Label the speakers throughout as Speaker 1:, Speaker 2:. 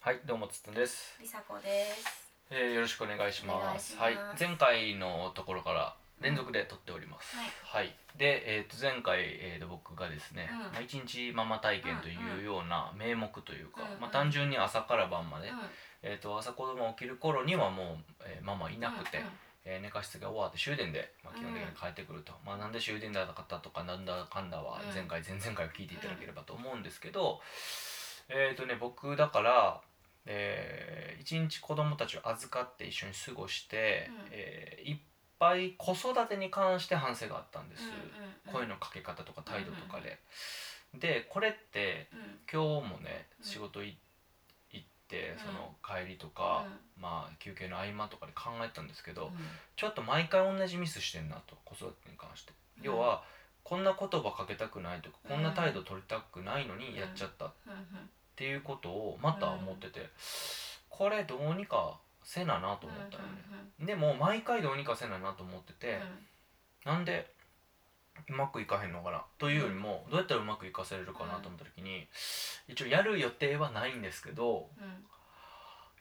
Speaker 1: はい、どうもつつんです。
Speaker 2: りさこです。
Speaker 1: えー、よろしくお願いし
Speaker 2: お願
Speaker 1: ま
Speaker 2: い
Speaker 1: す。
Speaker 2: します
Speaker 1: はい、前回のところから連続で撮っております。はい、で、えっ、と前回えっ、と僕がですね、
Speaker 2: うん
Speaker 1: まあ一日ママ体験というような名目というか、
Speaker 2: うんうん
Speaker 1: まあ単純に朝から晩まで、
Speaker 2: うん
Speaker 1: えっ、と朝子供起きる頃にはもう、えーママいなくて。
Speaker 2: うんうん
Speaker 1: えー寝かしつけが終わって終電で、まあ、基本的に
Speaker 2: うん
Speaker 1: 帰ってくると、まあ、なんで終電だったとかなんだかんだは
Speaker 2: うん
Speaker 1: 前回、前々回を聞いていただければと思うんですけど、えっ、とね僕だから、えー、一日子供たちを預かって一緒に過ごして、
Speaker 2: うん
Speaker 1: えーいっぱい子育てに関して反省があったんです、
Speaker 2: うん
Speaker 1: 声のかけ方とか態度とかで。でこれって
Speaker 2: うんうん
Speaker 1: 今日もね
Speaker 2: うん
Speaker 1: 仕事い行って
Speaker 2: うん
Speaker 1: その帰りとか、まあ休憩の合間とかで考えたんですけど、ちょっと毎回同じミスしてんなと子育てに関して
Speaker 2: うん
Speaker 1: 要はこんな言葉かけたくないとか
Speaker 2: うん
Speaker 1: こんな態度取りたくないのにやっちゃったっ
Speaker 2: うんうん
Speaker 1: ていうことをまた思っててこれどうにかせななと思ったのねでも毎回どうにかせななと思って
Speaker 2: うん
Speaker 1: てなんでうまくいかへんのかなというよりもどうやったらうまくいかせれるかなと思った時に一応やる予定はないんですけど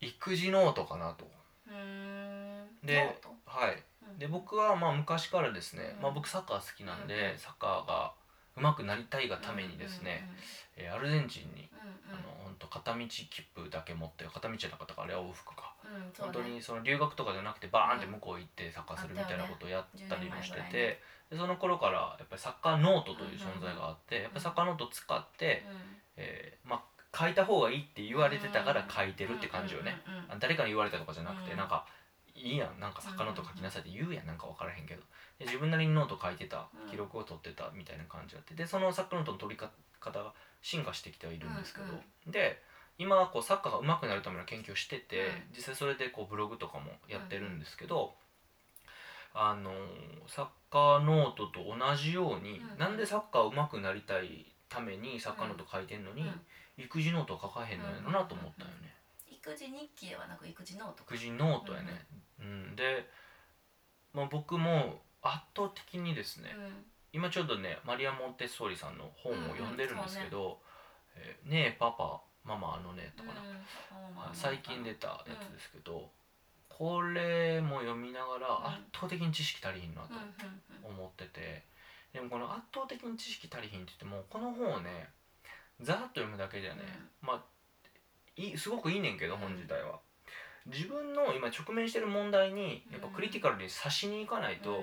Speaker 1: 育児ノートかなと
Speaker 2: うんうんうん
Speaker 1: で
Speaker 2: ノート
Speaker 1: はい
Speaker 2: うん
Speaker 1: で僕はまあ昔からですね、
Speaker 2: うん
Speaker 1: まあ、僕サッカー好きなんで、
Speaker 2: うん
Speaker 1: サッカーが上手くなりたいがためにですね、えーアルゼンチンに、
Speaker 2: うんうん
Speaker 1: あの本当片道切符だけ持って片道じゃなかったからあれは往復か、
Speaker 2: うんうんうんそう
Speaker 1: 本
Speaker 2: ね
Speaker 1: 当にその留学とかじゃなくてバーンって向こう行ってサッカーするみたいなことをやったりもしてて、
Speaker 2: うんあったよね
Speaker 1: でその頃からやっぱりサッカーノートという存在があって、やっぱりサッカーノート使って、えーまあ、書いた方がいいって言われてたから書いてるって感じよね、
Speaker 2: うんうんうんうん
Speaker 1: あ誰かに言われたとかじゃなくて、
Speaker 2: うん
Speaker 1: なんかいいやんなんか魚とか書きなさいって言うやんなんか分からへんけどで自分なりにノート書いてた
Speaker 2: うん
Speaker 1: 記録を取ってたみたいな感じがあってでそのサッカーノートの取り方が進化してきてはいるんですけど、
Speaker 2: うん
Speaker 1: で今はこうサッカーが上手くなるための研究をしてて、
Speaker 2: うん
Speaker 1: 実際それでこうブログとかもやってるんですけど、あのーサッカーノートと同じように、
Speaker 2: うん
Speaker 1: なんでサッカー上手くなりたいためにサッカーノート書いてんのに、
Speaker 2: うん
Speaker 1: 育児ノートは書かへんのやろなと思ったよね。
Speaker 2: 育児日記ではなく育児ノートか
Speaker 1: 育児ノートやね、うんで、まあ、僕も圧倒的にですね、
Speaker 2: うん
Speaker 1: 今ちょうどねマリア・モンテッソーリさんの本を読んでるんですけど「えーねえパパママあのね」とかな、
Speaker 2: うん
Speaker 1: あ最近出たやつですけど、これも読みなが
Speaker 2: うん
Speaker 1: ら圧倒的に知識足りひんな
Speaker 2: うんうん
Speaker 1: と思ってて、でもこの圧倒的に知識足りひんって言ってもこの本をねざーっと読むだけじゃね、まあいいすごくいいねんけど
Speaker 2: うん
Speaker 1: 本自体は、自分の今直面してる問題にやっぱ
Speaker 2: うん
Speaker 1: クリティカルに差しに行かないと、
Speaker 2: うん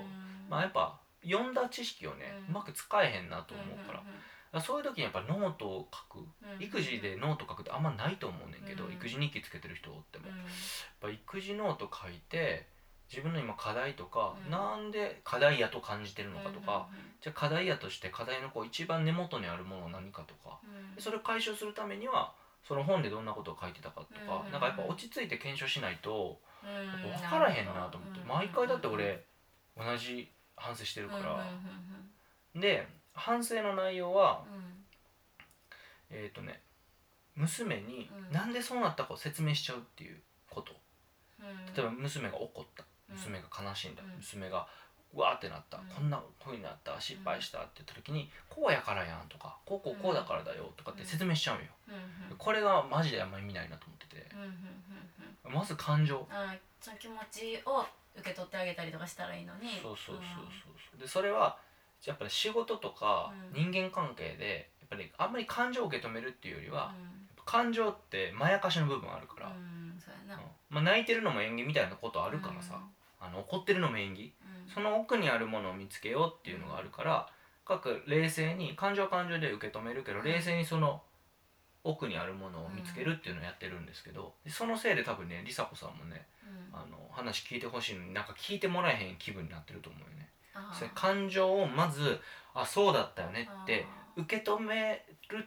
Speaker 1: まあやっぱ読んだ知識をね、う
Speaker 2: うん
Speaker 1: まく使えへんなと思うから,、だか
Speaker 2: ん
Speaker 1: らそういう時にやっぱノートを書く
Speaker 2: うんうん
Speaker 1: 育児でノート書くってあんまないと思うねんけど、
Speaker 2: うん
Speaker 1: 育児日記つけてる人おっても、
Speaker 2: うん
Speaker 1: やっぱ育児ノート書いて自分の今課題とか、
Speaker 2: うん
Speaker 1: なんで課題やと感じてるのかとか、
Speaker 2: う
Speaker 1: じゃあ課題やとして課題のこう一番根元にあるものは何かとか、
Speaker 2: んうんうん
Speaker 1: でそれを解消するためにはその本でどんなことを書いてたかとか、
Speaker 2: うん
Speaker 1: なんかやっぱ落ち着いて検証しないと
Speaker 2: うん
Speaker 1: 分からへんなと思って、
Speaker 2: うん
Speaker 1: 毎回だって俺同じ反省してるから、
Speaker 2: う
Speaker 1: で反省の内容は
Speaker 2: んうんうんうん
Speaker 1: えっ、とね娘に
Speaker 2: うん
Speaker 1: なんでそうなったかを説明しちゃうっていうこと例えば
Speaker 2: うん
Speaker 1: 娘が怒った
Speaker 2: うん
Speaker 1: 娘が悲しんだ、
Speaker 2: うん
Speaker 1: 娘がうわーってなった、
Speaker 2: うん
Speaker 1: こんなふうになった失敗したって言った時にこうやからやんとかこうこうこうだからだよとかって説明しちゃうんよ、
Speaker 2: うんうん
Speaker 1: これがマジであんま意味ないなと思ってて
Speaker 2: うんうんうん
Speaker 1: まず感情
Speaker 2: うんあーその気持ちを受け取ってあげたりとかしたらいいのに
Speaker 1: そうそうそうそうそうでそれはやっぱり仕事とか
Speaker 2: う
Speaker 1: 人間関係でやっぱりあんまり感情を受け止めるっていうよりは、
Speaker 2: うん
Speaker 1: 感情ってまやかしの部分あるから、
Speaker 2: うんそうや
Speaker 1: うん
Speaker 2: な
Speaker 1: まあ、泣いてるのも縁起みたいなことあるからさ、あの怒ってるのも縁起
Speaker 2: うん
Speaker 1: その奥にあるものを見つけようっていうのがあるから各冷静に感情は感情で受け止めるけど
Speaker 2: うん
Speaker 1: 冷静にその奥にあるものを見つけるっていうのをやってるんですけどでそのせいで多分ね梨紗子さんもね
Speaker 2: うん
Speaker 1: あの話聞いてほしいのになんか聞いてもらえへん気分になってると思うよね。
Speaker 2: あー
Speaker 1: それ感情をまずあそうだったよねって
Speaker 2: あー
Speaker 1: 受け止める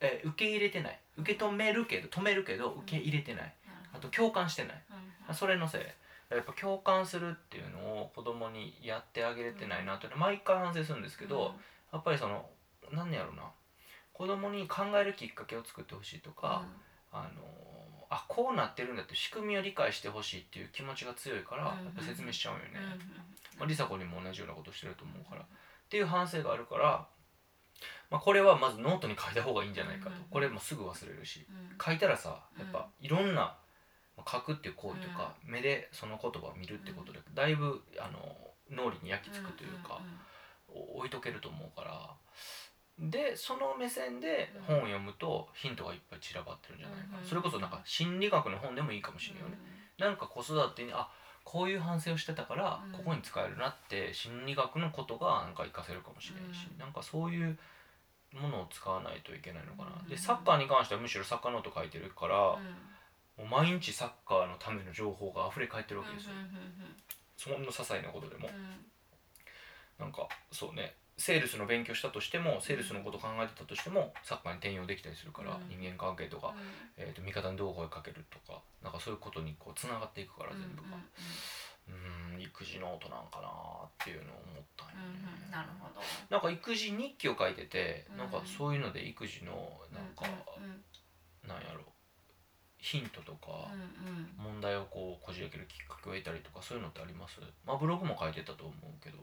Speaker 1: え受け入れてない受け止めるけど止めるけど受け入れてない
Speaker 2: なる
Speaker 1: あ
Speaker 2: ほ
Speaker 1: と共感してない
Speaker 2: どうんうん
Speaker 1: あそれのせいやっぱ共感するっていうのを子供にやってあげれてないなって毎回反省するんですけど、やっぱりその何やろうな子供に考えるきっかけを作ってほしいと
Speaker 2: うん
Speaker 1: か、あのあこうなってるんだって仕組みを理解してほしいっていう気持ちが強いからや
Speaker 2: うん
Speaker 1: っぱ説明しちゃうよね、
Speaker 2: うんうん
Speaker 1: まあ、梨紗子にも同じようなことしてると思うからっていう反省があるからまあ、これはまずノートに書いた方がいいんじゃないかと
Speaker 2: うん
Speaker 1: これもすぐ忘れるし
Speaker 2: うん
Speaker 1: 書いたらさやっ
Speaker 2: うん
Speaker 1: ぱいろんなまあ書くっていう行為とか目でその言葉を見るってことでだいぶあの脳裏に焼き付くというかお置いとけると思うからでその目線で本を読むとヒントがいっぱい散らばってるんじゃないか
Speaker 2: うん
Speaker 1: それこそなんか心理学の本でもいいかもしれないよね。なんか子育てにあこういう反省をしてたから
Speaker 2: うん
Speaker 1: ここに使えるなって心理学のことがなんか活かせるかもしれないし、
Speaker 2: うん
Speaker 1: なんかそういうものを使わないといけないのかな、
Speaker 2: うん
Speaker 1: でサッカーに関してはむしろサッカーノート書いてるから
Speaker 2: う、
Speaker 1: もう
Speaker 2: ん
Speaker 1: 毎日サッカーのための情報が溢れ返ってるわけですよ、
Speaker 2: うんうん
Speaker 1: そんな些細なことでも、
Speaker 2: うんうん
Speaker 1: なんかそうねセールスの勉強したとしてもセールスのこと考えてたとしてもサッカーに転用できたりするから、
Speaker 2: うん
Speaker 1: 人間関係とか、えー、と味方にどう声かけるとかなんかそういうことにこうつながっていくから
Speaker 2: うん
Speaker 1: 全部が。うーん育児ノートなんかなーっていうのを思ったんよね、
Speaker 2: うんうんうんなるほど
Speaker 1: なんか育児日記を書いてて、
Speaker 2: うん
Speaker 1: なんかそういうので育児のなんか、
Speaker 2: うんうん
Speaker 1: なんやろヒントとか
Speaker 2: うんうん
Speaker 1: 問題をこうこじ開けるきっかけを得たりとかそういうのってありますまあブログも書いてたと思うけど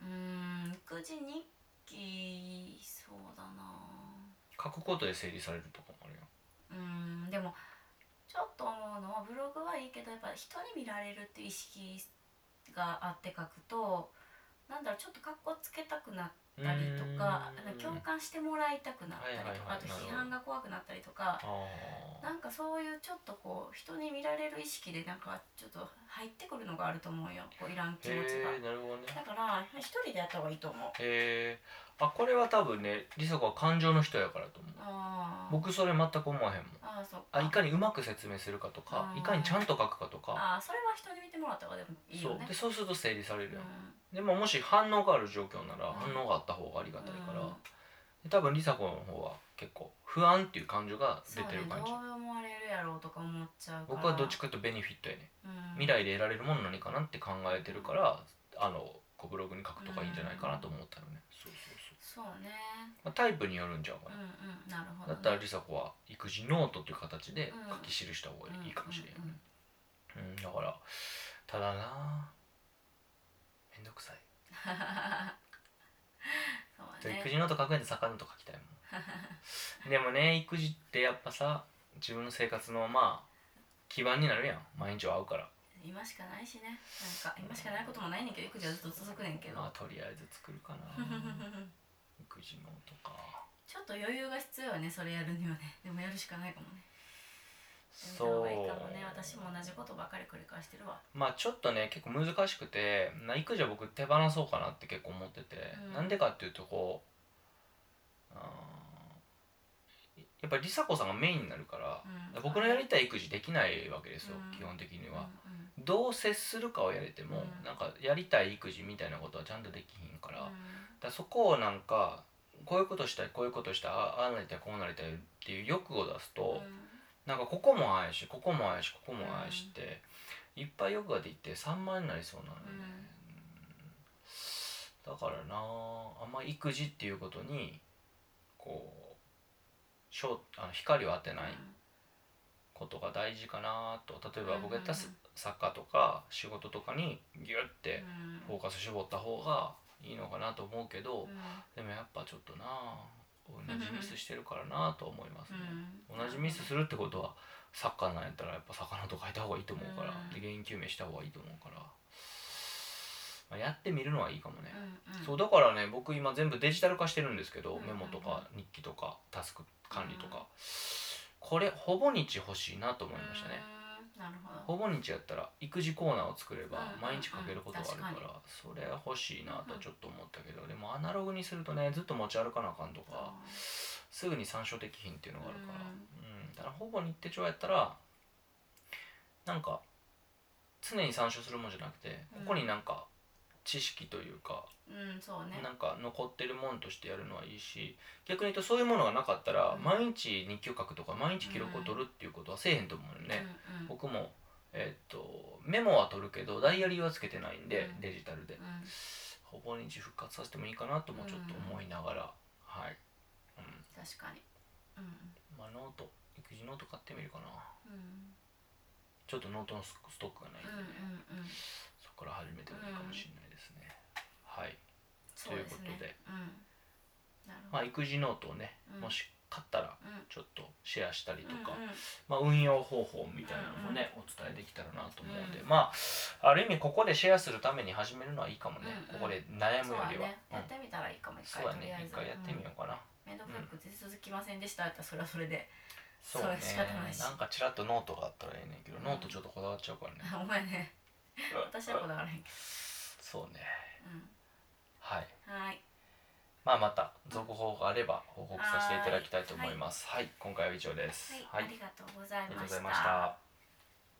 Speaker 2: うん育児日記そうだな
Speaker 1: 書くことで整理されるとかもあるよ
Speaker 2: うんでもちょっと思うのはブログはいいけどやっぱ人に見られるっていう意識があって書くとなんだろうちょっと格好つけたくなったりとか
Speaker 1: うーん
Speaker 2: なんか共感してもらいたくなったり
Speaker 1: はいは
Speaker 2: とか、
Speaker 1: いはい
Speaker 2: あと
Speaker 1: なるほど
Speaker 2: 批判が怖くなったりとか
Speaker 1: あ
Speaker 2: なんかそういうちょっとこう人に見られる意識でなんかちょっと入ってくるのがあると思うよこういらん
Speaker 1: ー
Speaker 2: 気持ちが
Speaker 1: へえなるほどね
Speaker 2: だから一人でやった方がいいと思う
Speaker 1: へえあこれは多分ね梨紗子は感情の人やからと思う
Speaker 2: あー
Speaker 1: 僕それ全く思わへんもん
Speaker 2: あーそっ
Speaker 1: あ
Speaker 2: か
Speaker 1: いかにうまく説明するかとか
Speaker 2: あー
Speaker 1: いかにちゃんと書くかとか
Speaker 2: あーそれは人に見てもらった方がでもいいよ
Speaker 1: そう
Speaker 2: ね
Speaker 1: でそうすると整理される
Speaker 2: う
Speaker 1: やん、
Speaker 2: ん
Speaker 1: でももし反応がある状況なら
Speaker 2: うん
Speaker 1: 反応があった方がありがたいから、
Speaker 2: うん
Speaker 1: で多分梨紗子の方は結構不安っていう感情が
Speaker 2: そ
Speaker 1: 出
Speaker 2: う
Speaker 1: て
Speaker 2: ね
Speaker 1: る感じ、
Speaker 2: どう思われるやろうとか思っちゃうから
Speaker 1: 僕はどっちかというとベネフィットやね、
Speaker 2: うん
Speaker 1: 未来で得られるもの何かなって考えてるからあのこうブログに書くとかいいんじゃないかなと思ったよね、そうそうそう、
Speaker 2: そうね
Speaker 1: まあ、タイプによるんちゃう
Speaker 2: う
Speaker 1: か
Speaker 2: ん
Speaker 1: な、
Speaker 2: うんなるほど、
Speaker 1: だ
Speaker 2: ね、
Speaker 1: ったら梨紗子は育児ノートという形で
Speaker 2: うん
Speaker 1: 書き記した方がいいかもしれない、
Speaker 2: うんうんうん
Speaker 1: うん、だからただなめんどくさい
Speaker 2: そう
Speaker 1: そう
Speaker 2: ね
Speaker 1: 育児ノート書くんで魚と書きたいも んでもね育児ってやっぱさ自分の生活のまあ基盤になるやん毎日は会うから
Speaker 2: 今しかないしねなんか今しかないこともないねんけど育児はずっと続くねんけど
Speaker 1: まあとりあえず作るかな育児ノートか
Speaker 2: ちょっと余裕が必要よねそれやるにはねでもやるしかないかもね
Speaker 1: そ
Speaker 2: やめ
Speaker 1: う
Speaker 2: た方がいいかもね私も同じことばっかり繰り返してるわ
Speaker 1: まあちょっとね結構難しくてな育児は僕手放そうかなって結構思ってて、
Speaker 2: うん
Speaker 1: なんでかっていうとこうあーやっぱり梨紗子さんがメインになるから、
Speaker 2: うん
Speaker 1: 僕のやりたい育児できないわけですよ、
Speaker 2: うん
Speaker 1: 基本的に
Speaker 2: うん
Speaker 1: は、
Speaker 2: うん
Speaker 1: どう接するかをやれても、
Speaker 2: うん
Speaker 1: なんかやりたい育児みたいなことはちゃんとできひんから,、
Speaker 2: う
Speaker 1: だか
Speaker 2: ん
Speaker 1: らそこをなんかこういうことしたいこういうことしたいあああなりたいこうなりたいっていう欲を出すと、なんかここもああやしここもああやしここもああやしって、いっぱい欲ができて散漫になりそうなのよね、うんだからなああんま育児っていうことにこう照あの光を当てないことが大事かなと例えば僕やったら
Speaker 2: うんうんうん
Speaker 1: サッカーとか仕事とかにギュッて
Speaker 2: うん
Speaker 1: フォーカス絞った方がいいのかなと思うけど
Speaker 2: うん
Speaker 1: でもやっぱちょっとな同じミスしてるからなと思いますね
Speaker 2: う
Speaker 1: 同
Speaker 2: ん
Speaker 1: じミスするってことはサッカーなんやったらやっぱ魚と変えた方がいいと思うから
Speaker 2: うん
Speaker 1: で原因究明した方がいいと思うから、まあ、やってみるのはいいかもね
Speaker 2: うんうん
Speaker 1: そうだからね僕今全部デジタル化してるんですけ
Speaker 2: うん
Speaker 1: ど
Speaker 2: うん
Speaker 1: メモとか日記とかタスク管理とかこれほぼ日欲しいなと思いましたね
Speaker 2: うんなるほど
Speaker 1: ほぼ日やったら育児コーナーを作れ
Speaker 2: うんうん
Speaker 1: ば
Speaker 2: うん
Speaker 1: 毎日かけることがあるから
Speaker 2: 確
Speaker 1: それは欲しいなとはちょっと思ったけどでもアナログにするとねずっと持ち歩かなあかんとかすぐに参照できひんっていうのがあるからうんだからほぼ日手帳やったらなんか常に参照するもんじゃなくてこ
Speaker 2: うん
Speaker 1: こになんか知識というか
Speaker 2: うんそうね
Speaker 1: なんか残ってるもんとしてやるのはいいし逆に言うとそういうものがなかったら
Speaker 2: うん
Speaker 1: 毎日日記を書くとか毎日記録を取るっていうことはせえへんと思うよね、
Speaker 2: うんうん
Speaker 1: 僕も、えー、とメモは取るけどダイアリーはつけてないんで、
Speaker 2: うん
Speaker 1: デジタルで
Speaker 2: うん
Speaker 1: ほぼ日復活させてもいいかなともちょっと思いながら、はい、う
Speaker 2: 確かにうん
Speaker 1: んまあ、ノート育児ノート買ってみるかな
Speaker 2: うん
Speaker 1: ちょっとノートのスストックがないん
Speaker 2: う
Speaker 1: で
Speaker 2: ん
Speaker 1: ね、
Speaker 2: うんうん
Speaker 1: そこから始めてもいいかもしれないですね、はい
Speaker 2: そうです
Speaker 1: ということ
Speaker 2: ね
Speaker 1: で
Speaker 2: うんなる
Speaker 1: ま
Speaker 2: ほど
Speaker 1: あ、育児ノートをね、
Speaker 2: うん
Speaker 1: もし買ったら
Speaker 2: うん
Speaker 1: ちょっとシェアしたりとか、
Speaker 2: うんうん
Speaker 1: まあ、運用方法みたいなのもね、お伝えできたらなと思うんで、まあある意味ここでシェアするために始めるのはいいかもね、
Speaker 2: うんうん
Speaker 1: ここで悩む
Speaker 2: そう
Speaker 1: よ
Speaker 2: だ
Speaker 1: りは
Speaker 2: ね、やってみたらいいかも
Speaker 1: うん、
Speaker 2: 一
Speaker 1: そうだ
Speaker 2: 回とりあ
Speaker 1: ね
Speaker 2: えず
Speaker 1: 一回やってみようかな、
Speaker 2: 面倒くさくて続きませんでしたってそれはそれで
Speaker 1: そう
Speaker 2: そう
Speaker 1: ね
Speaker 2: 仕方ないし
Speaker 1: なんかちらっとノートがあったらええねんけど、
Speaker 2: うん
Speaker 1: ノートちょっとこだわっちゃうからね
Speaker 2: お前ね 私はこだわらへんけ
Speaker 1: そうね
Speaker 2: ど、うん
Speaker 1: はい
Speaker 2: はい
Speaker 1: まあまた続報があれば報告させていただきたいと思いますはい、今回は以上です
Speaker 2: はい、ありがとうござい
Speaker 1: ありがとうご
Speaker 2: まし。
Speaker 1: ざいましたた